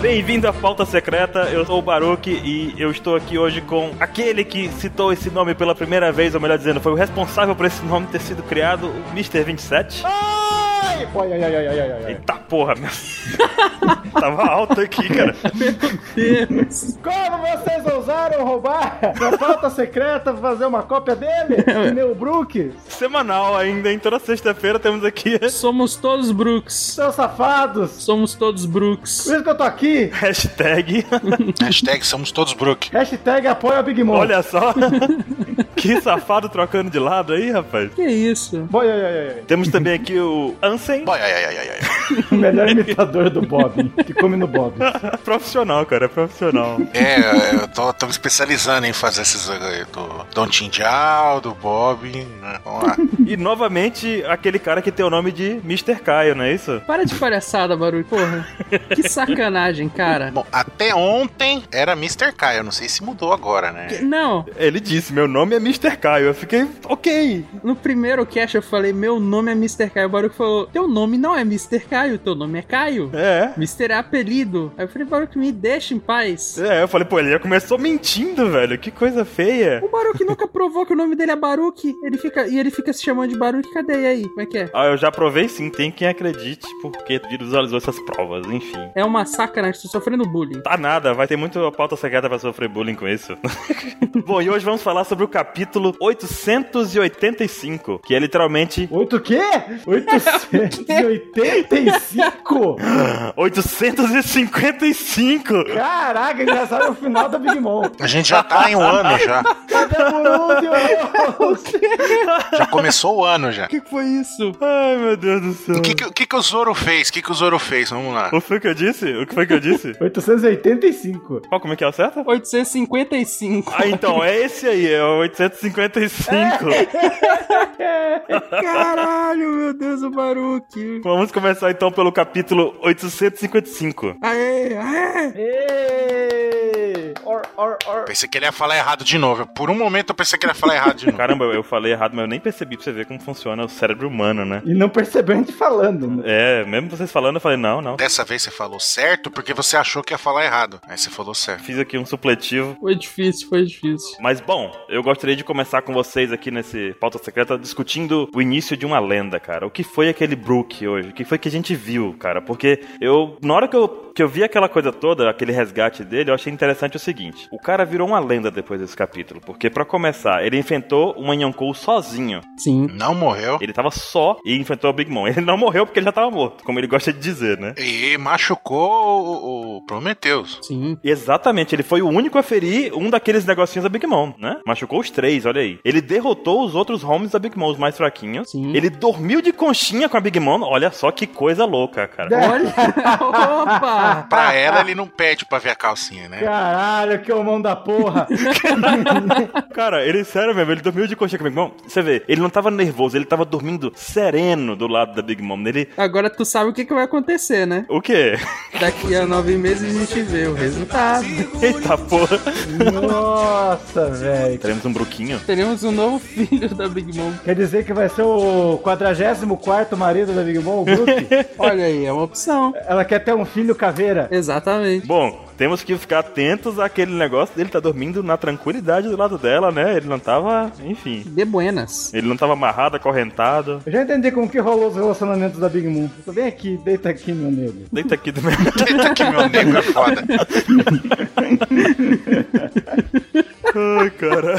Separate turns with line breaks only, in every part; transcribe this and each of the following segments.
Bem-vindo à Pauta Secreta, eu sou o Baruque e eu estou aqui hoje com aquele que citou esse nome pela primeira vez, ou melhor dizendo, foi o responsável por esse nome ter sido criado, o Mr. 27.
Ai, ai, ai, ai, ai, ai, ai.
Eita porra, meu. Tava alto aqui, cara.
Meu Deus.
Como vocês ousaram roubar a pauta secreta, fazer uma cópia dele? De meu Brook?
Semanal ainda, hein? Toda sexta-feira temos aqui
Somos todos Brooks.
Seus safados!
Somos todos Brooks.
Por isso que eu tô aqui!
hashtag.
Hashtag somos todos Brook.
Hashtag apoia o Big Mom.
Olha só. que safado trocando de lado aí, rapaz.
Que isso?
Boy, ai, ai, ai,
Temos também aqui o Ansem,
Boy, ai, ai, ai, ai, ai.
ai. O melhor imitador do Bob, que come no Bob.
profissional, cara, profissional.
É, eu tô, tô me especializando em fazer esses eh, do Don Tindial, do Bob. né? Vamos lá.
E novamente aquele cara que tem o nome de Mr. Caio, não é isso?
Para de palhaçada, barulho, porra. Que sacanagem, cara.
Bom, até ontem era Mr. Kai, eu não sei se mudou agora, né?
Não,
Ele disse, meu nome é Mr. Caio. Eu fiquei, ok.
no primeiro cast eu falei, meu nome é Mr. Caio. O Baruco falou, teu nome não é Mr. Caio, teu nome é Caio.
É.
Mr. é apelido. Aí eu falei, Baruco, me deixa em paz.
É, eu falei, pô, ele já começou mentindo, velho. Que coisa feia.
O Baruque nunca provou que o nome dele é Baruque. Ele fica, e ele fica se chamando de Baruque. Cadê E aí? Como é que é?
Ah, eu já provei sim, tem quem acredite, porque visualizou essas provas, enfim.
É uma sacanagem, tô sofrendo bullying.
Tá nada, vai ter muito pauta secreta pra sofrer bullying com isso. Bom, e hoje vamos falar sobre o capítulo 885, que é literalmente
Oito quê? 885?
Ah.
855.
Caraca, engraçado o final da Big Mom. Tá
A gente já tá em um ano já.
Cadê o mundo?
Já começou o ano já.
que foi isso?
Ai, meu Deus do céu.
O que, que, o que que o Zoro fez? O que, que o Zoro fez? Vamos lá.
O que foi que eu disse? O que foi que eu disse?
885.
Qual, como é que é o certo?
855.
Ah, então, é esse aí, é o 855.
Caralho, meu Deus, o Baruque.
Vamos começar então pelo capítulo 855.
Aê, aê.
Ê! Or, or, or.
Pensei que ele ia falar errado de novo. Por um momento eu pensei que ele ia falar errado de novo.
Caramba, eu falei errado, mas eu nem percebi pra você ver como funciona o cérebro humano, né?
E não percebeu a gente falando. né?
É, mesmo vocês falando, eu falei, não, não.
Dessa vez você falou certo porque você achou que ia falar errado. Aí você falou certo.
Fiz aqui um supletivo.
Foi difícil, foi difícil.
Mas bom, eu gostaria de começar com vocês aqui nesse pauta secreta discutindo o início de uma lenda, cara. O que foi aquele Brook hoje? O que foi que a gente viu, cara? Porque eu, na hora que eu, que eu vi aquela coisa toda, aquele resgate dele, eu achei interessante o seguinte: o cara virou uma lenda depois desse capítulo, porque pra começar, ele enfrentou o Manhankou sozinho.
Sim.
Não morreu.
Ele tava só e enfrentou o Big Mom. Ele não morreu porque ele já tava morto, como ele gosta de dizer, né?
E machucou o, o Prometheus.
Sim.
Exatamente, ele foi o único a ferir um daqueles negocinhos da Big Mom, né? Machucou os três, olha aí. Ele derrotou os outros homens da Big Mom, os mais fraquinhos.
Sim.
Ele dormiu de conchinha com a Big Mom. Olha só que coisa louca, cara.
Olha. Opa.
Pra ela, ele não pede pra ver a calcinha, né?
Tá. Caralho, que homão da porra.
cara, ele, sério mesmo, ele dormiu de conchinha com a Big Mom. Você vê, ele não tava nervoso, ele tava dormindo sereno do lado da Big Mom. Ele.
Agora tu sabe o que, que vai acontecer, né?
O quê?
Daqui a nove meses a gente vê o resultado.
Eita porra.
Nossa, velho.
Teremos um bruquinho.
Teremos um novo filho da Big Mom.
Quer dizer que vai ser o 44 marido da Big Mom, o Brook?
Olha aí, é uma opção.
Ela quer ter um filho caveira.
Exatamente.
Bom, temos que ficar atentos àquele negócio dele tá dormindo na tranquilidade do lado dela, né? Ele não tava. Enfim.
De buenas.
Ele não tava amarrado, acorrentado.
Eu já entendi como que rolou os relacionamentos da Big Mom. Tô bem aqui, deita aqui, meu nego.
Deita aqui do meu.
Eita, que meu nego é foda.
Ai, cara.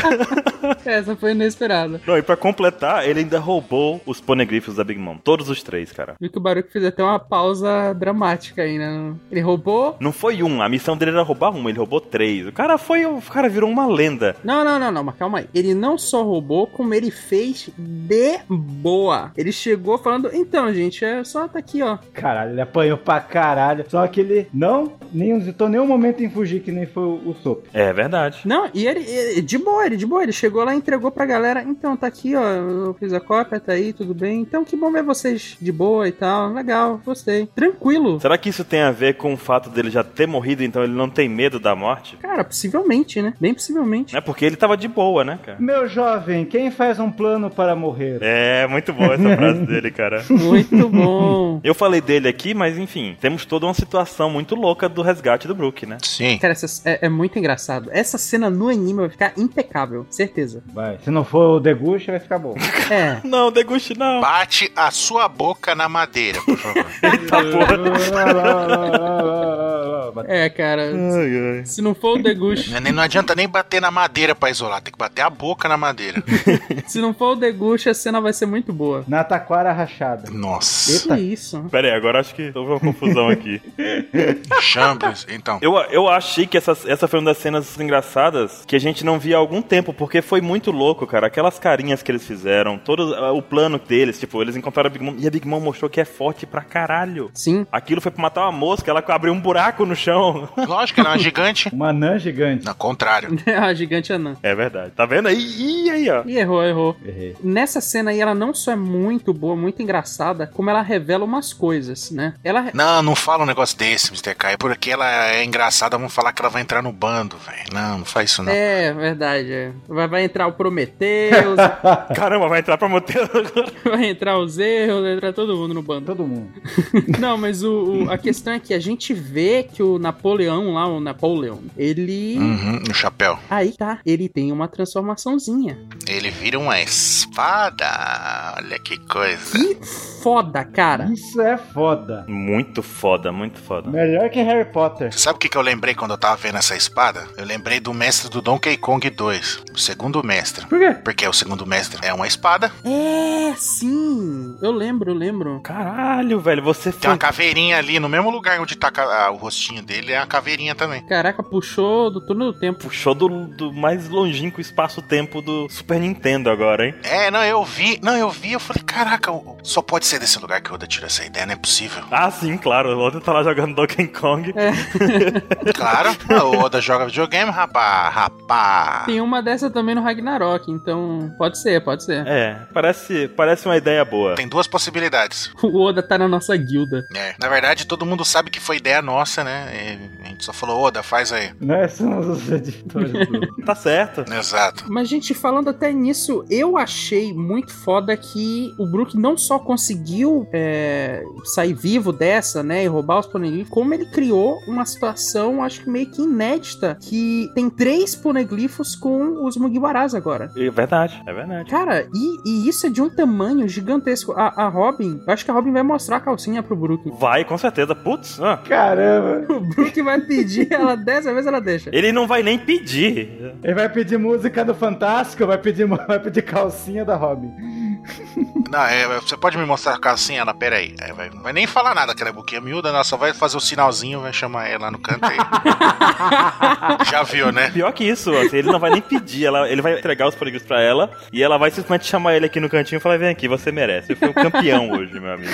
Essa foi inesperada.
Não, e pra completar, ele ainda roubou os poneglyphs da Big Mom. Todos os três, cara.
Viu que o Baruque fez até uma pausa dramática aí, né? Ele roubou.
Não foi um, a missão dele era roubar um, ele roubou três. O cara foi, o cara virou uma lenda.
Não, não, não, não, mas calma aí. Ele não só roubou, como ele fez de boa. Ele chegou falando, então, gente, é só tá aqui, ó.
Caralho, ele apanhou pra caralho. Só que ele não nem hesitou nenhum momento em fugir, que nem foi o, o Sop.
É verdade.
Não, e ele, ele- de boa, ele de boa, ele chegou lá, entregou pra galera, então, tá aqui, ó, eu fiz a cópia, tá aí, tudo bem. Então, que bom ver vocês de boa e tal. Legal, gostei. Tranquilo.
Será que isso tem a ver com o fato dele já ter morrido, então ele não tem medo da morte?
Cara, possivelmente, né? Bem possivelmente.
É porque ele tava de boa, né, cara?
Meu jovem, quem faz um plano para morrer?
É, muito boa essa frase dele, cara.
Muito bom.
Eu falei dele aqui, mas enfim, temos toda uma situação muito louca do resgate do Brook, né?
Sim.
Cara, essa, é, é muito engraçado. Essa cena no anime vai ficar impecável, certeza.
Vai. Se não for o deguste, vai ficar bom.
É.
Não, deguste não.
Bate a sua boca na madeira, por favor.
É, cara.
Ai, ai.
Se não for o deguste,
Não é nem- não adianta nem bater na madeira pra isolar, tem que bater a boca na madeira.
se não for o deguste, a cena vai ser muito boa.
Na taquara rachada.
Nossa.
Eita.
Que isso?
Pera aí, agora acho que houve uma confusão aqui.
Chambres, então.
Eu, eu achei que essa, essa foi uma das cenas engraçadas que a gente não via há algum tempo, porque foi muito louco, cara. Aquelas carinhas que eles fizeram, todo ah, o plano deles, tipo, eles encontraram a Big Mom e a Big Mom mostrou que é forte pra caralho.
Sim.
Aquilo foi pra matar uma mosca, ela abriu um buraco no chão.
Lógico, ela é uma gigante.
Uma anã gigante.
Não, contrário.
a gigante anã.
É verdade. Tá vendo aí? Ih, aí, ó.
E errou, errou.
Errei.
Nessa cena aí, ela não só é muito boa, muito engraçada, como ela revela umas coisas, né? Ela.
Não, não fala um negócio desse, Mr. Kai. Porque ela é engraçada, vamos falar que ela vai entrar no bando, velho. Não, não faz isso não.
É, verdade. é. Vai, vai entrar o Prometeus,
Caramba, vai entrar pra motel agora.
vai entrar os erros, vai entrar todo mundo no bando.
Todo mundo.
Não, mas o, o- a questão é que a gente vê que o Napoleão lá, o Napoleão, ele.
Uhum, no chapéu.
Aí tá, ele tem uma transformaçãozinha.
Ele vira uma espada. Olha que coisa.
Que foda, cara.
Isso é foda.
Muito foda, muito foda.
Melhor que Harry Potter.
Sabe o que, que eu lembrei quando eu tava vendo essa espada? Eu lembrei do mestre do Donkey Kong 2, o segundo mestre.
Por quê?
Porque o segundo mestre é uma espada,
É, sim. Eu lembro, eu lembro.
Caralho, velho, você
tem
foi.
uma caveirinha ali no mesmo lugar onde tá ca- ah, o rostinho dele, é a caveirinha também.
Caraca, puxou do turno do tempo.
Puxou do, do mais longínquo espaço-tempo do Super Nintendo agora, hein?
É, não, eu vi, não, eu vi, eu falei, caraca, o- só pode ser desse lugar que o Oda tirou essa ideia, não é possível.
Ah, sim, claro. O outro tá lá jogando Donkey Kong.
Claro, não, o Oda joga videogame, rapá, rapá.
Tem uma dessa também no Ragnarok, então pode ser, pode ser.
É, parece, parece uma ideia boa.
Tem duas possibilidades.
O Oda tá na nossa guilda.
É, na verdade, todo mundo sabe que foi ideia nossa, né? E a gente só falou, Oda, faz aí.
Nós somos os editores do...
Tá certo.
Exato.
Mas, gente, falando até nisso, eu achei muito foda que o Brook não só conseguiu é, sair vivo dessa, né, e roubar os Poneglyphs, como ele criou uma situação, acho que meio que inédita, que tem três Poneglyphos com os Mugiwaras agora.
É verdade, é verdade.
Cara, e, e isso é de um tamanho gigantesco. A, a Robin, eu acho que a Robin vai mostrar a calcinha pro Brook.
Vai, com certeza. Putz, ah.
Caramba.
O Brook vai pedir, ela dessa vez ela deixa.
ele não vai nem pedir.
Ele vai pedir música do Fantástico, vai pedir, vai pedir calcinha da Robin.
Não, é, você pode me mostrar a calcinha? Ela, pera aí. É, vai, não vai nem falar nada, aquela boquinha miúda, ela só vai fazer o sinalzinho, vai chamar ela no canto aí. Já viu, né?
Pior que isso, assim, ele não vai nem pedir. Ela, ele vai entregar os polígonos pra ela e ela vai simplesmente chamar ele aqui no cantinho e falar: vem aqui, você merece. Eu fui o campeão hoje, meu amigo.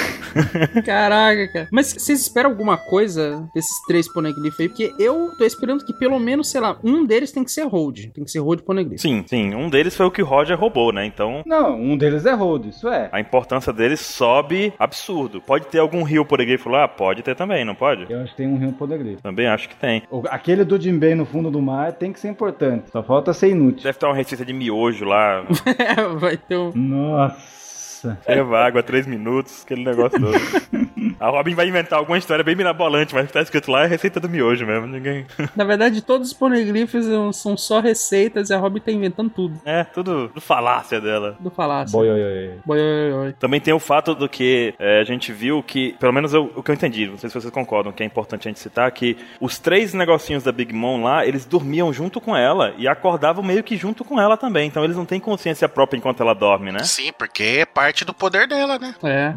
Caraca, cara. Mas vocês esperam alguma coisa desses três Poneglyphs aí? Porque eu tô esperando que pelo menos, sei lá, um deles tem que ser Hold. Tem que ser Hold Poneglyph.
Sim, sim. Um deles foi o que o Roger roubou, né? Então.
Não, um deles é Hold, isso é.
A importância dele sobe absurdo. Pode ter algum rio por aqui lá? Pode ter também, não pode?
Eu acho que tem um rio podergrifo.
Também acho que tem.
Aquele do Jinbei no fundo do mar tem que ser importante. Só falta ser inútil.
Deve ter uma receita de miojo lá.
É, vai ter um...
Nossa.
Leva água, três minutos, aquele negócio todo. A Robin vai inventar alguma história bem mirabolante, mas o que tá escrito lá é receita do miojo mesmo. Ninguém.
Na verdade, todos os Poneglyphs são só receitas e a Robin tá inventando tudo
É, tudo, tudo falácia dela.
do palácio.
Boi, oi, oi.
Boi, oi, oi.
Também tem o fato do que é, a gente viu que, pelo menos eu- o que eu entendi, não sei se vocês concordam, que é importante a gente citar, que os três negocinhos da Big Mom lá, eles dormiam junto com ela e acordavam meio que junto com ela também. Então eles não têm consciência própria enquanto ela dorme, né?
Sim, porque é parte do é poder dela, né?
É.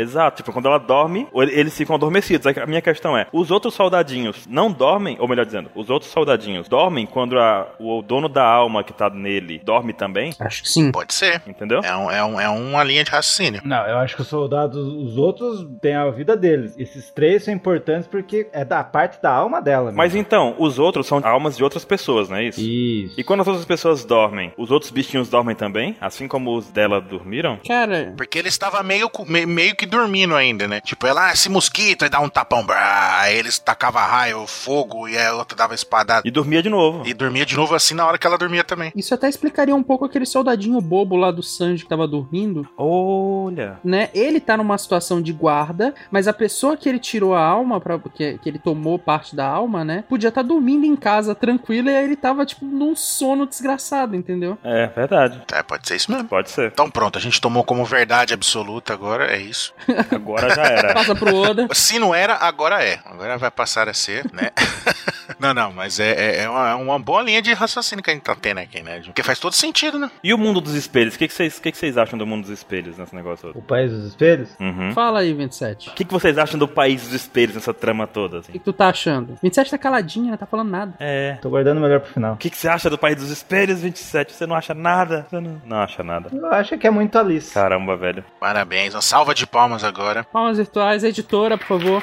Exato, tipo, quando ela dorme, ou ele- eles ficam adormecidos. A minha questão é: os outros soldadinhos não dormem, ou melhor dizendo, os outros soldadinhos dormem quando a- o dono da alma que tá nele dorme também?
Acho que sim.
Pode ser.
Entendeu?
É, um, é, um, é uma linha de raciocínio.
Não, eu acho que os soldados, os outros, têm a vida deles. Esses três são importantes porque é da parte da alma dela.
Mas
mesmo.
então, os outros são almas de outras pessoas, não é isso?
Isso.
E quando as outras pessoas dormem, os outros bichinhos dormem também? Assim como os dela dormiram?
Cara,
Porque ele estava meio, co- me- meio que dormindo ainda, né? Tipo, ela, ah, esse mosquito, aí dá um tapão, brá, aí eles tacava raio, fogo, e aí a outra dava espadada.
E dormia de novo.
E dormia de novo assim na hora que ela dormia também.
isso até explicaria um pouco aquele soldadinho bobo lá do Sanji que tava dormindo.
Olha.
né? Ele tá numa situação de guarda, mas a pessoa que ele tirou a alma, pra, que, que ele tomou parte da alma, né? Podia estar dormindo em casa tranquila e aí ele tava, tipo, num sono desgraçado, entendeu?
É verdade.
É, pode ser isso mesmo.
Pode ser.
Então pronto, a gente tomou como verdade absoluta agora, é isso.
Agora já era.
Passa pro Oda.
Se não era, agora é. Agora vai passar a ser, né? não, não, mas é, é- é uma, é uma boa linha de raciocínio que a gente tá tendo aqui, né? Porque faz todo sentido, né?
E o mundo dos espelhos? O que que vocês que que vocês acham do mundo dos espelhos nesse negócio todo?
O País dos Espelhos?
Uhum.
Fala aí, 27.
O
O
que, que vocês acham do país dos espelhos nessa trama toda?
que,
Assim?
que tu tá achando? 27 tá caladinha, não tá falando nada.
É.
Tô guardando melhor pro final.
O que, que você acha do país dos espelhos, 27? Você não acha nada? Você não, não acha nada.
Eu acho que é muito Alice.
Caramba, velho.
Parabéns, uma salva de palmas agora.
Palmas virtuais, editora, por favor.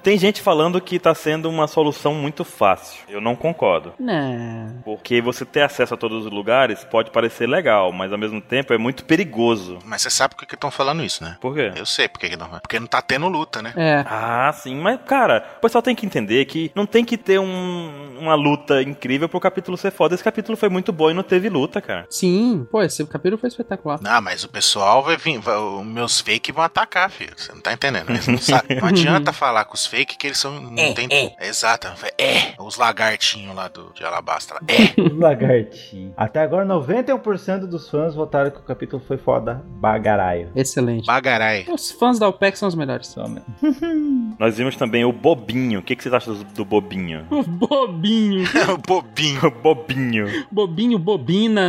Tem gente falando que tá sendo uma solução muito fácil. Eu não concordo.
Né.
Porque você ter acesso a todos os lugares pode parecer legal, mas ao mesmo tempo é muito perigoso.
Mas você sabe por que estão falando isso, né?
Por quê?
Eu sei por que que não vai. Porque não tá tendo luta, né?
É.
Ah, sim, mas cara, o pessoal tem que entender que não tem que ter um- uma luta incrível pro capítulo ser foda. Esse capítulo foi muito bom e não teve luta, cara.
Sim, pô, esse capítulo foi espetacular.
Ah, mas o pessoal vai vir. vai- os meus fake vão atacar, filho. Você não tá entendendo. Eles não, sabem. não adianta falar com os fake que eles são. Não tem. Exato. É. Os lagartinhos lá do, de Alabasta. lá. É.
Lagartinho. Até agora, 91% dos fãs votaram que o capítulo foi foda. Bagaraio.
Excelente.
Bagarai.
Os fãs da OPEC são os melhores.
Só mesmo.
Nós vimos também o Bobinho. O que, que vocês acham do, do Bobinho?
O bobinho.
Bobinho.
O Bobinho.
Bobinho, bobina,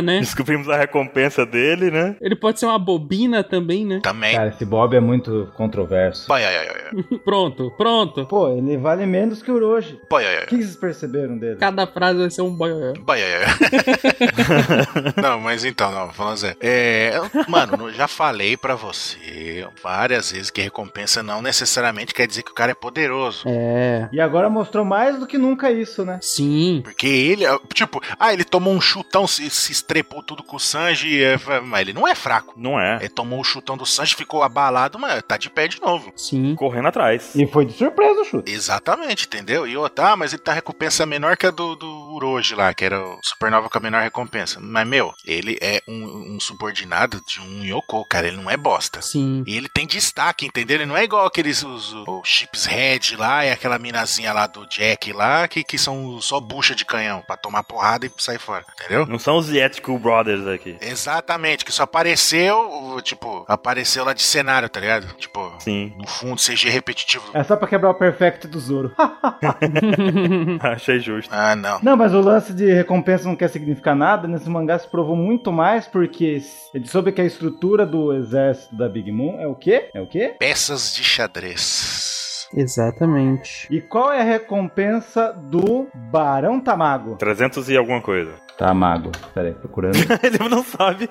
né?
Descobrimos a recompensa dele, né?
Ele pode ser uma bobina também, né?
Também.
Cara, esse Bob é muito controverso.
Pai, ai, ai, ai, ai.
Pronto, pronto.
Pô, ele vale menos que o Orochi.
Pai, ai, ai,
O que vocês perceberam dele?
Cada frase vai ser um boioiô.
ai. Pai, ai, ai, ai. não, mas então, não, falando sério. É, eu- mano, eu já falei pra você várias vezes que recompensa não necessariamente quer dizer que o cara é poderoso.
É.
E agora mostrou mais do que nunca isso, né?
Sim.
Porque ele, é, tipo, ah, ele tomou um chutão, se, se estrepou tudo com o Sanji, é, fa- mas ele não é fraco.
Não é.
Ele tomou o chutão do Sanji, ficou abalado, mas tá de pé de novo.
Sim.
Correndo atrás.
E foi de surpresa o chute.
Exatamente, entendeu? E outra, ah, mas ele tá recompensa menor que a do, do Uroji lá, que era o Supernova com a menor recompensa. Mas, meu, ele é um, um subordinado de um Yoko, cara, ele não é bosta.
Sim.
E ele tem destaque, entendeu? Ele não é igual aqueles os, o Chips Red lá e aquela minazinha lá do Jack lá, que, que são só bucha de canhão pra tomar porrada e sair fora, entendeu?
Não são os Ethical Brothers aqui.
Exatamente, que só apareceu, tipo, apareceu lá de cenário, tá ligado? Tipo,
Sim.
no fundo, CG repetitivo.
É só pra quebrar o perfect do Zoro.
Achei justo.
Ah, não.
Não, mas o lance de recompensa não quer significar nada. Nesse mangá se provou muito mais porque ele soube que a estrutura do exército da Big Moon é o quê? É o quê?
Peças de xadrez.
Exatamente.
E qual é a recompensa do Barão Tamago?
300 e alguma coisa.
Tamago. Peraí, procurando.
Ele não sabe.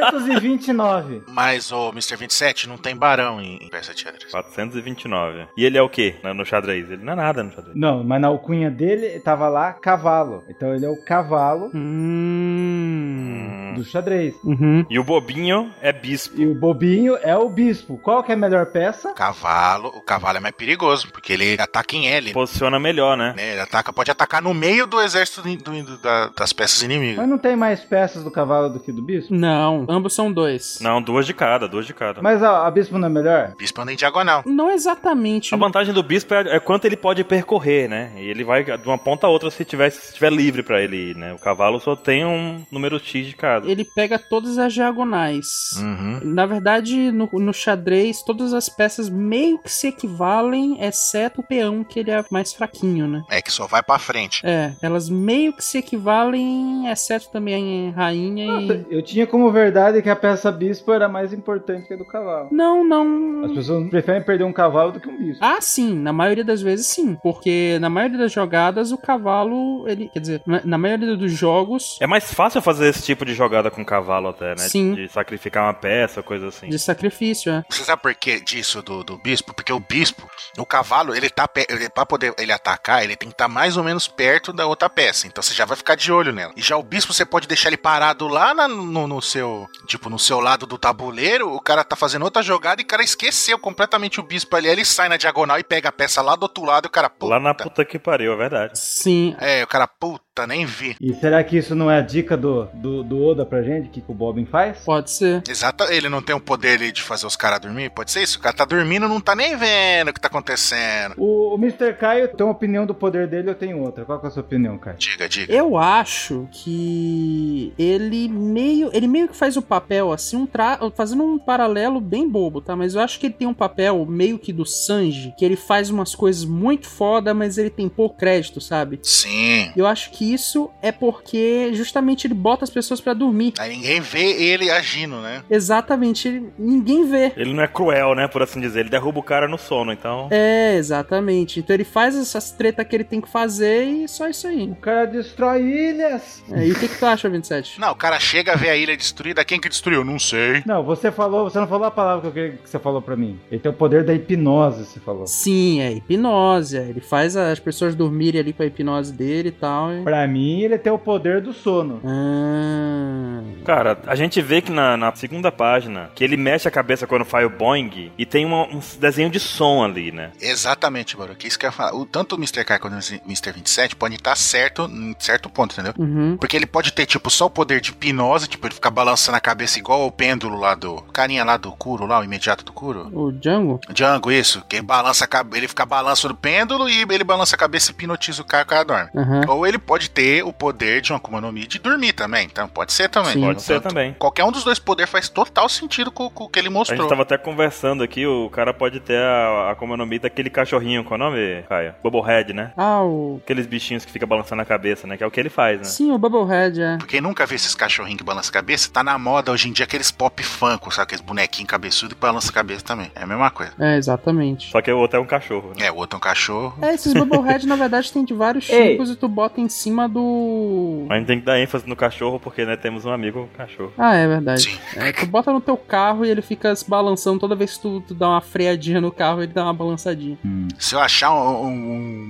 429.
Mas o Mr. 27 não tem barão em, em peça de xadrez.
429. E ele é o quê? na- No xadrez? Ele não é nada no xadrez.
Não, mas na alcunha dele tava lá cavalo. Então ele é o cavalo
Hum.
Hum.
do xadrez.
Uhum.
E o Bobinho é bispo.
E o bobinho é o bispo. Qual que é a melhor peça?
Cavalo, o cavalo é mais perigoso, porque ele ataca em L.
Posiciona melhor, né?
Né? Ele ataca, pode atacar no meio do exército do- do- do- da- das peças inimigas.
Mas não tem mais peças do cavalo do que do bispo?
Não, ambos são dois.
Não, duas de cada, duas de cada.
Mas a, a bispo não é melhor?
O bispo anda em diagonal.
Não exatamente.
A vantagem do bispo é, é quanto ele pode percorrer, né? E ele vai de uma ponta a outra se tiver, se tiver livre pra ele ir, né? O cavalo só tem um número X de cada.
Ele pega todas as diagonais.
Uhum.
Na verdade, no, no xadrez, todas as peças meio que se equivalem, exceto o peão, que ele é mais fraquinho, né?
É que só vai pra frente.
É, elas meio que se equivalem, exceto também a rainha e.
Eu tinha como verdade que a peça bispo era mais importante que a do cavalo.
Não, não.
As pessoas preferem perder um cavalo do que um bispo.
Ah, sim, na maioria das vezes sim, porque na maioria das jogadas o cavalo, ele, quer dizer, na, na maioria dos jogos
É mais fácil fazer esse tipo de jogada com cavalo até, né?
Sim.
De sacrificar uma peça, coisa assim.
de sacrifício, é.
Você sabe por que disso do, do bispo? Porque o bispo, o cavalo, ele tá pe- ele, pra poder ele atacar, ele tem que estar mais ou menos perto da outra peça. Então você já vai ficar de olho nela. E já o bispo, você pode deixar ele parado lá na- no, no seu. Tipo, no seu lado do tabuleiro. O cara tá fazendo outra jogada e o cara esqueceu completamente o bispo ali. Aí ele sai na diagonal e pega a peça lá do outro lado e o cara. Puta.
Lá na puta que pariu, é verdade.
Sim.
É, o cara, puta, nem vi.
E será que isso não é a dica do, do, do Oda pra gente, que, que o Bobin faz?
Pode ser.
Exato, ele não tem o poder ali de fazer os caras dormir? Pode ser isso? O cara tá dormindo não tá nem vendo o que tá acontecendo.
O, o Mr. Caio tem uma opinião do poder dele, eu tenho outra. Qual que é a sua opinião, Caio?
Diga, diga.
Eu acho que ele meio, ele meio que faz o papel assim, um tra... fazendo um paralelo bem bobo, tá? Mas eu acho que ele tem um papel meio que do Sanji, que ele faz umas coisas muito foda, mas ele tem pouco crédito, sabe?
Sim.
Eu acho que isso é porque justamente ele bota as pessoas pra dormir.
Aí ninguém vê ele agindo, né?
Exatamente, ele- ninguém vê.
Ele não é cruel, né? Por assim dizer. Ele derruba o cara no sono, então.
É, exatamente. Então ele faz essas tretas que ele tem que fazer e só isso aí.
O cara destrói ilhas!
É, e o que, que tu acha, 27?
Não, o cara chega, vê a ilha destruída. Quem que destruiu? Não sei.
Não, você falou, você não falou a palavra que eu queria que você falou pra mim. Ele tem o poder da hipnose, você falou.
Sim, é hipnose. é. Ele faz as pessoas dormirem ali com a hipnose dele e tal. e-
Pra mim, ele tem o poder do sono.
Ah,
Cara, a gente vê que na, na segunda página que ele mexe a cabeça quando faz o boing e tem uma- um desenho de som ali, né?
Exatamente, Baruque. Isso que eu ia falar. O, tanto o Mr. Kai quanto o Mr. 27 podem estar certo em certo ponto, entendeu?
uhum.
Porque ele pode ter, tipo, só o poder de hipnose, tipo, ele ficar balançando a cabeça igual o pêndulo lá do. o Carinha lá do Kuro, lá, o imediato do Kuro.
O Django?
Django, isso. Que ele balança a cabe- ele fica balançando o pêndulo e ele balança a cabeça e hipnotiza o cara, o cara dorme.
Aham.
Ou ele pode ter o poder de uma Akuma no Mi de dormir também. Então pode ser também.
Sim.
Pode ser
Tanto-
também.
Qualquer um dos dois poderes faz total sentido com, com o que ele
A gente
mostrou.
tava até conversando aqui, o cara pode ter a, a como é o nome daquele cachorrinho, qual é o nome, Caio? Bubblehead, né?
Ah, o.
Aqueles bichinhos que fica balançando a cabeça, né? Que é o que ele faz, né?
Sim, o Bubblehead, é.
Porque quem nunca viu esses cachorrinhos que balançam a cabeça, tá na moda hoje em dia aqueles pop funko, sabe? Aqueles bonequinhos cabeçudos que balançam a cabeça também. É a mesma coisa.
É, exatamente.
Só que o outro é um cachorro, né?
É, o outro é um cachorro.
É, esses Bubblehead, na verdade, tem de vários
Ei.
tipos e tu bota em cima do.
A gente tem que dar ênfase no cachorro porque, né, temos um amigo cachorro.
Ah, é verdade.
Sim.
É, tu bota no teu carro e ele fica se balançando toda vez que tu, tu dá uma freadinha no carro, ele dá uma balançadinha.
Hum.
Se eu achar um, um-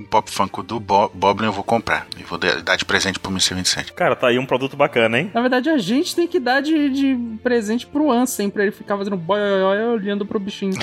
um pop funko do Bo Boblin, eu vou comprar. E vou de- dar de presente pro Mr. 27.
Cara, tá aí um produto bacana, hein?
Na verdade, a gente tem que dar de, de presente pro Ansem, pra ele ficar fazendo boioioi e olhando pro bichinho.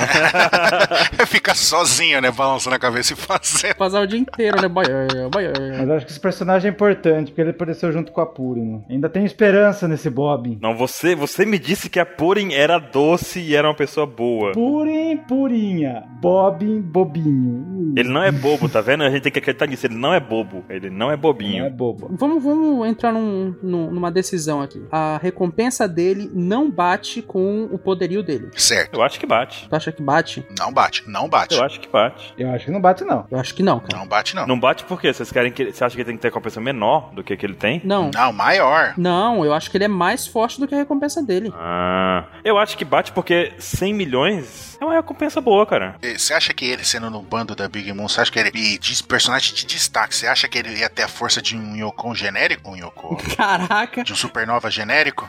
Fica sozinho, né? Balançando a cabeça e fazendo.
Passar o dia inteiro, né? Boioioi, boioioi.
Mas eu acho que esse personagem é importante, porque ele apareceu junto com a Puri, né? Ainda tem esperança nesse Bob.
Não, você, você me disse que a Purin era doce e era uma pessoa boa.
Purim, purinha. Bob, bobinho. Hum,
Ele não é bobo, tá vendo? A gente tem que acreditar nisso. Ele não é bobo. Ele não é
não é
bobinho.
bobo.
Vamos, vamos entrar num- num- numa decisão aqui. A recompensa dele não bate com o poderio dele.
Certo.
Eu acho que bate.
Tu acha que bate?
Não bate, não bate.
Eu acho que bate.
Eu acho que não bate, não.
Eu acho que não, cara.
Não bate, não.
Não bate por quê? Vocês querem que ele- você acha que ele tem que ter a compensa menor do que que ele tem?
Não.
Não, maior.
Não, eu acho que ele é mais forte do que a recompensa dele.
Ah, eu acho que bate porque 100 milhões é uma recompensa boa, cara.
E Você acha que ele, sendo no bando da Big Mom, você acha que ele e diz personagem de destaque? Você acha que ele ia ter a força de um Yokon genérico? Um Yoko.
Caraca.
De um supernova genérico?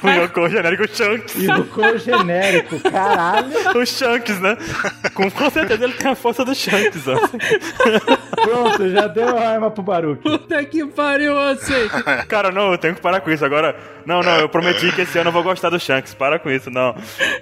o Um Yoko genérico Shanks.
E do cor genérico, caralho.
O Shanks, né? Com, com certeza ele tem a força do Shanks, ó.
Pronto, já deu a arma pro Baruque.
Puta que pariu, Ansem.
Cara, não, eu tenho que parar com isso agora. Não, não, eu prometi que esse ano eu vou gostar do Shanks. Para com isso, não.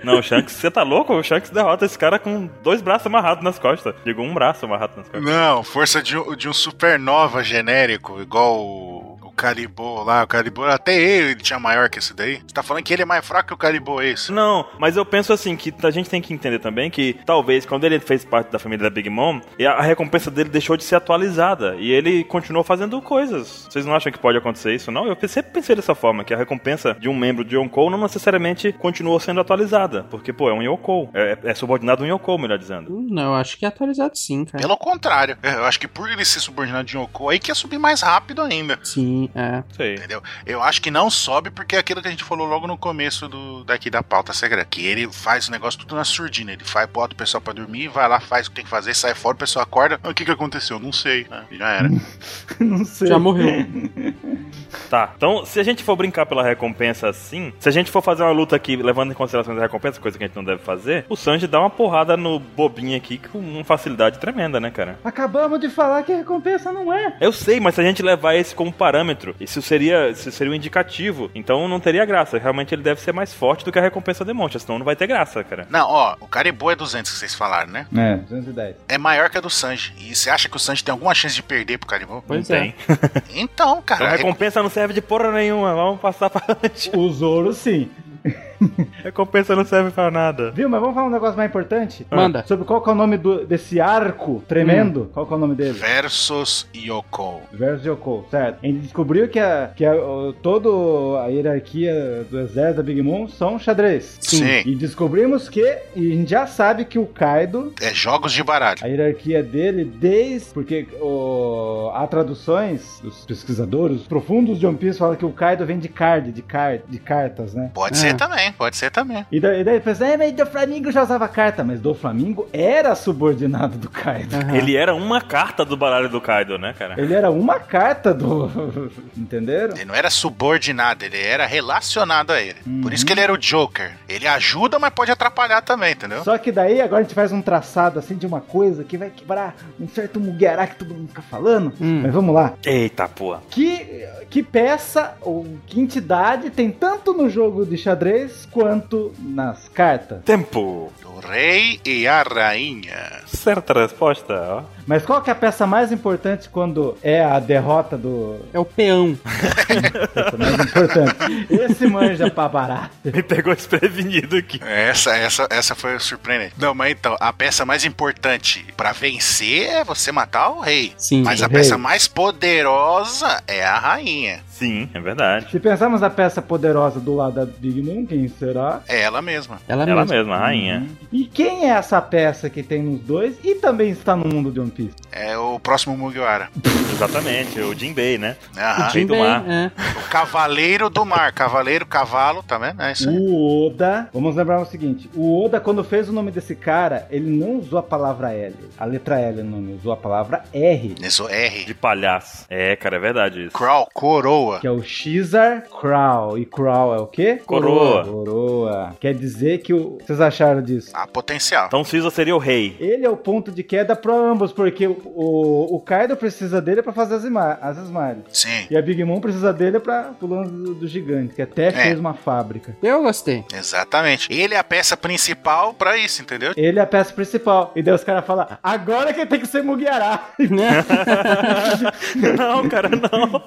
Não, o Shanks, você tá louco? O Shanks derrota esse cara com dois braços amarrados nas costas. Digo, um braço amarrado nas costas.
Não, força de um, de um supernova genérico, igual o, o Calibô lá, o Calibô, até ele tinha maior que esse daí. Você tá falando que ele é mais fraco que o Calibô, é isso?
Não, mas eu penso assim que a gente tem que entender também que talvez quando ele fez parte da família da Big Mom, e a a recompensa dele deixou de ser atualizada e ele continuou fazendo coisas. Vocês não acham que pode acontecer isso, não? Eu sempre pensei dessa forma, que a recompensa de um membro de Yonkou não necessariamente continuou sendo atualizada, porque, pô, é um Yonkou, é, é- é subordinado a um Yonkou, melhor dizendo.
Não, eu acho que é atualizado sim, cara.
Pelo contrário, É, eu acho que por ele ser subordinado de Yoko aí que ia subir mais rápido ainda.
Sim, é.
Sei.
Entendeu? Eu acho que não sobe porque é aquilo que a gente falou logo no começo do, daqui da pauta secreta. Que ele faz o negócio tudo na surdina. Ele faz, bota o pessoal pra dormir, vai lá, faz o que tem que fazer, sai fora, o pessoal acorda. "Ah, O que que aconteceu? Não sei. né? E Já era.
Hum.
Não sei.
Já morreu.
Tá. Então, se a gente for brincar pela recompensa assim, se a gente for fazer uma luta aqui levando em consideração as recompensas, coisa que a gente não deve fazer, o Sanji dá uma porrada no bobinho aqui com uma facilidade tremenda, né, cara?
Acabamos de falar que a recompensa não é.
Eu sei, mas se a gente levar esse como parâmetro, isso seria, isso seria um indicativo. Então não teria graça. Realmente ele deve ser mais forte do que a recompensa demonstra, senão não vai ter graça, cara.
Não, ó, o Caribou é 200 que vocês falaram, né?
É, 210.
É maior que a do Sanji. E você acha que o Sanji tem alguma chance de perder pro Caribou?
Pois
não
é.
tem.
Então,
Então
cara,
a
é-
recompensa não serve de porra nenhuma. Vamos passar pra frente.
O Zoro, sim.
Recompensa não serve pra nada.
Viu, mas vamos falar um negócio mais importante?
Manda.
Sobre qual que é o nome do- desse arco tremendo? Qual que é o nome dele?
versus Yoko.
Versus Yoko, certo. A gente descobriu que, a, que a, o- toda a hierarquia do exército da Big Mom são xadrez.
Sim.
E descobrimos que, e a gente já sabe que o Kaido,
É jogos de baralho.
a hierarquia dele, desde. Porque o, há traduções dos pesquisadores profundos de One Piece falam que o Kaido vem de card, de, car, de cartas, né?
Pode
É.
ser também, pode ser também.
E daí, e daí pensa, é, mas do Flamengo já usava carta, mas do Flamengo era subordinado do Kaido.
Aham.
Ele era uma carta do baralho do Kaido, né, cara?
Ele era uma carta do. Entenderam?
Ele não era subordinado, ele era relacionado a ele. Por isso que ele era o Joker. Ele ajuda, mas pode atrapalhar também, entendeu?
Só que daí agora a gente faz um traçado assim de uma coisa que vai quebrar um certo Mugiará que todo mundo fica falando.
Hum.
Mas vamos lá.
Eita porra.
Que, que peça ou que entidade tem tanto no jogo de xadrez quanto nas cartas?
Tempo.
O rei e a rainha.
Certa resposta, ó.
Mas qual que é a peça mais importante quando é a derrota do.
É o peão.
Peça mais importante. Esse manja pra barata.
Me pegou desprevenido aqui.
Essa, essa, essa foi surpreendente. Não, mas então, a peça mais importante pra vencer é você matar o rei.
Sim.
Mas a
o rei.
peça mais poderosa é a rainha.
Sim, é verdade.
Se pensarmos na peça poderosa do lado da Big Moon, quem será?
É ela mesma.
Ela,
Ela
mesma.
mesma, a rainha.
E quem é essa peça que tem nos dois e também está no mundo de One Piece?
É o próximo Mugiwara.
Exatamente, o Jinbei, né?
Aham.
Rei do
Jinbei,
mar.
é.
O cavaleiro do mar. Cavaleiro, cavalo, tá vendo? É
Hum.
isso aí.
O Oda, vamos lembrar o seguinte: o Oda, quando fez o nome desse cara, ele não usou a palavra L, a letra L no nome, usou a palavra R,
Isso, R.
De palhaço. É, cara, é verdade isso.
Crawl, coroa.
que é o Caesar Crow. E Crow é o quê?
Coroa.
Coroa. Quer dizer que o. o que Vocês acharam disso?
A potencial.
Então Caesar seria o rei.
Ele é o ponto de queda para ambos, porque o, o, o Kaido precisa dele para fazer as, ima- as esmalhas.
Sim,
E a Big Mom precisa dele pra pulando do, do gigante, que até fez uma fábrica.
Eu gostei.
exatamente. Ele é a peça principal pra isso, entendeu?
Ele é a peça principal. E daí os caras falam, agora que tem que ser Mugiará.
né?
não, cara, não.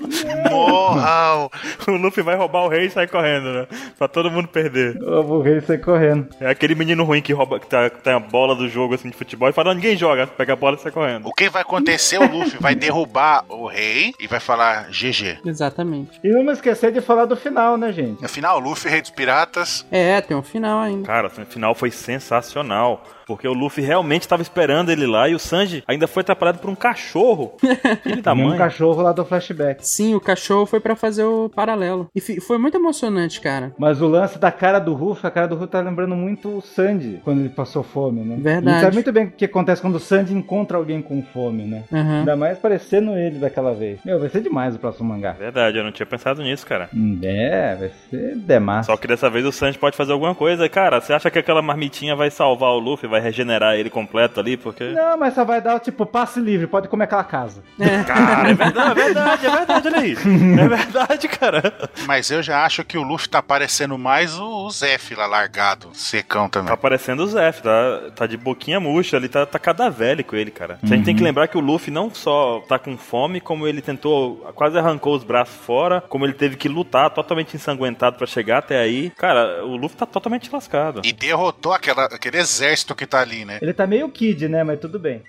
Morral.
O Luffy vai roubar o rei e sai correndo, né? Pra todo mundo perder.
Eu vou ver isso aí correndo.
É aquele menino ruim que rouba, que tá, que tem a bola do jogo assim de futebol e fala, ninguém joga, pega a bola e sai correndo.
O que vai acontecer? O Luffy vai derrubar o rei e vai falar GG.
Exatamente.
E não me esquecer de falar do final, né, gente?
No final, o Luffy, rei dos piratas.
É, tem um final ainda.
Cara, o final foi sensacional. Porque o Luffy realmente tava esperando ele lá e o Sanji ainda foi atrapalhado por um cachorro. Filho da
Tem Um
mãe.
cachorro lá do flashback.
Sim, o cachorro foi pra fazer o paralelo. E fi- foi muito emocionante, cara.
Mas o lance da cara do Ruff, a cara do Ruff tá lembrando muito o Sandy quando ele passou fome, né?
Verdade.
A gente sabe muito bem o que acontece quando o Sandy encontra alguém com fome, né?
Aham.
Ainda mais parecendo ele daquela vez. Meu, vai ser demais o próximo mangá.
É Verdade, eu não tinha pensado nisso, cara.
Hum, É, vai ser demais.
Só que dessa vez o Sanji pode fazer alguma coisa. Cara, você acha que aquela marmitinha vai salvar o Luffy, vai vai regenerar ele completo ali, porque.
Não, mas só vai dar, tipo, passe livre, pode comer aquela casa.
Cara, é verdade, é verdade, é verdade, olha aí. É verdade, cara.
Mas eu já acho que o Luffy tá parecendo mais o, o Zef lá largado, secão também.
Tá parecendo o Zef, tá, tá de boquinha murcha ali, tá, tá cadavélico ele, cara. A gente tem que lembrar que o Luffy não só tá com fome, como ele tentou, quase arrancou os braços fora, como ele teve que lutar totalmente ensanguentado pra chegar até aí. Cara, o Luffy tá totalmente lascado.
E derrotou aquela- aquele exército que tá ali, né?
Ele tá meio kid, né? Mas tudo bem.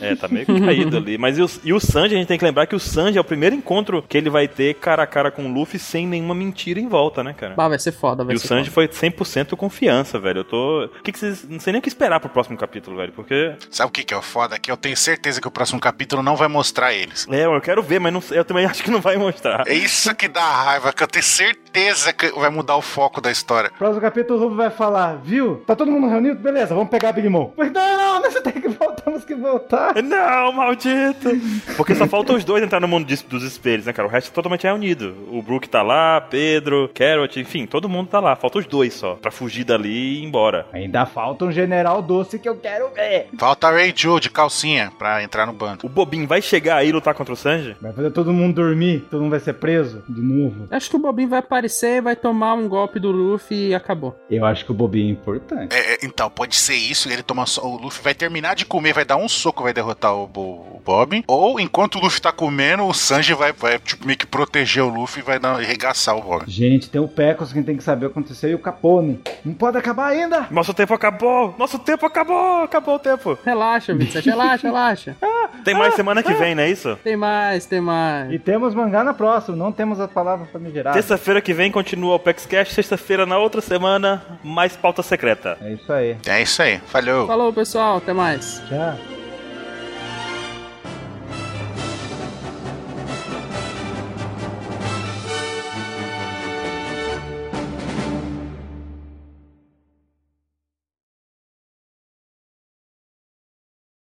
É, tá meio que caído ali. Mas e o, e o Sanji, a gente tem que lembrar que o Sanji é o primeiro encontro que ele vai ter cara a cara com o Luffy sem nenhuma mentira em volta, né, cara?
Bah, Ah, vai ser foda, vai
E o
ser
Sanji
foda.
foi 100% confiança, velho. Eu tô. O que que vocês. Não sei nem o que esperar pro próximo capítulo, velho. Porque.
Sabe o que, que é o foda? Que eu tenho certeza que o próximo capítulo não vai mostrar eles.
É, eu quero ver, mas não sei- eu também acho que não vai mostrar.
É isso que dá raiva, que eu tenho certeza que vai mudar o foco da história.
Próximo capítulo, o Ruby vai falar, viu? Tá todo mundo reunido? Beleza, vamos pegar a Big Mom. Mas não, não, nós temos que voltar, temos que voltar.
Não, maldito! Porque só faltam os dois entrar no mundo dis- dos espelhos, né, cara? O resto é totalmente reunido. O Brook tá lá, Pedro, Carrot, enfim, todo mundo tá lá. Falta os dois só, pra fugir dali e ir embora.
Ainda falta um general doce que eu quero ver.
Falta Ray Joe de calcinha pra entrar no bando.
O Bobin vai chegar aí e lutar contra o Sanji?
Vai fazer todo mundo dormir, todo mundo vai ser preso de novo.
Acho que o Bobinho vai aparecer, vai tomar um golpe do Luffy e acabou.
Eu acho que o Bobinho é importante.
É, é, então, pode ser isso, ele toma só. O Luffy vai terminar de comer, vai dar um soco, vai derrotar o, Bo- o Bob. Ou enquanto o Luffy tá comendo, o Sanji vai, vai tipo, meio que proteger o Luffy e vai dar, arregaçar o Bob.
Gente, tem o Pecos que tem que saber o que aconteceu e o Capone. Não pode acabar ainda!
Nosso tempo acabou! Nosso tempo acabou! Acabou o tempo!
Relaxa, 27, relaxa, relaxa.
Tem mais semana que vem, não é isso?
Tem mais, tem mais.
E temos mangá na próxima, não temos a palavra famigerada.
Terça-feira que vem continua o Pex Cash, sexta-feira na outra semana, mais pauta secreta.
É isso aí.
É isso aí, valeu.
Falou, pessoal, até mais.
Tchau.